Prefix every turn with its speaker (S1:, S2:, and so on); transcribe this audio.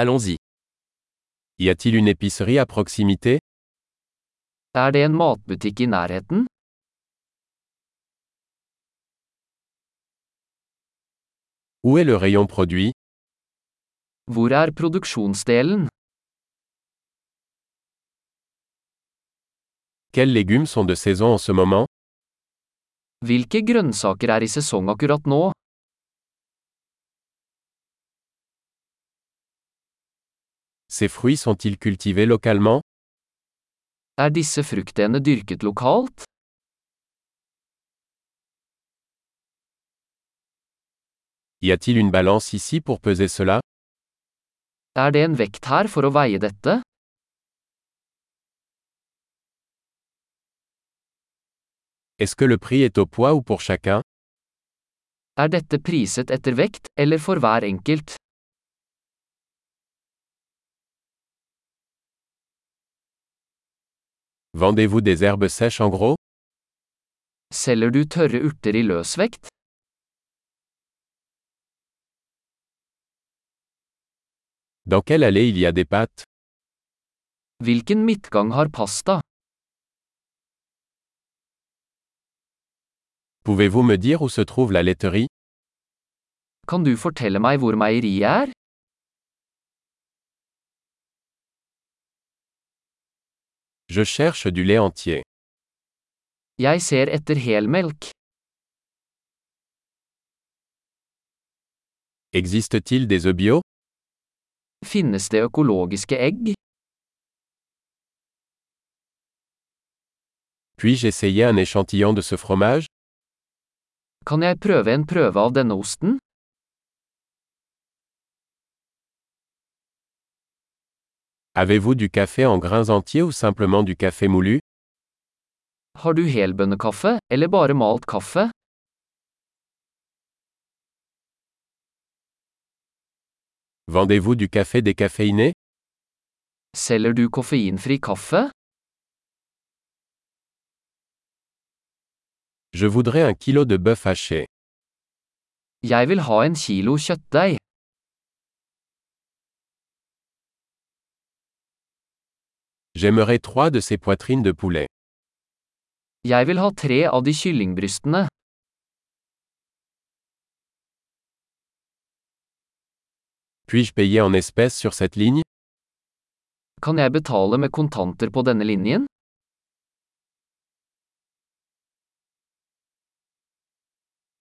S1: Allons-y. Y a-t-il une épicerie à proximité
S2: Er det en matbutikk i nærheten?
S1: Où est le rayon produit
S2: Hvor er produksjonsdelen?
S1: Quels légumes sont de saison en ce moment
S2: Hvilke grønnsaker er i sesong akkurat nå?
S1: Ces fruits sont-ils cultivés localement
S2: Er disse fruktene dyrket lokalt?
S1: Y a-t-il une balance ici pour peser cela
S2: Er det en vekt her for å veie dette?
S1: Est-ce que le prix est au poids ou pour chacun
S2: Er dette priset etter vekt, eller for hver enkelt?
S1: Vendez-vous des herbes sèches en gros
S2: Selger du tørre urter i løsvekt?
S1: Dans quelle allée il y a des pâtes
S2: Hvilken midtgang har pasta?
S1: Pouvez-vous me dire où se trouve la laiterie
S2: Kan du fortelle meg hvor meieriet er?
S1: Je cherche du lait entier.
S2: Jeg ser etter helmelk.
S1: Existe-t-il des œufs bio
S2: Finnes det økologiske egg?
S1: Puis-je essayer un échantillon de ce fromage
S2: Kan jeg prøve en prøve av denne osten?
S1: Avez-vous du café en grains entiers ou simplement du café moulu
S2: Har du helbønnekaffe, eller bare malt kaffe?
S1: Vendez-vous du café décaféiné
S2: Selger du koffeinfri kaffe?
S1: Je voudrais un kilo de bœuf haché.
S2: Jeg vil ha en kilo kjøttdeig.
S1: J'aimerais trois de ces poitrines de poulet.
S2: Jeg vil ha tre av de kyllingbrystene.
S1: Puis-je payer en espèces sur cette ligne
S2: Kan jeg betale med kontanter på denne linjen?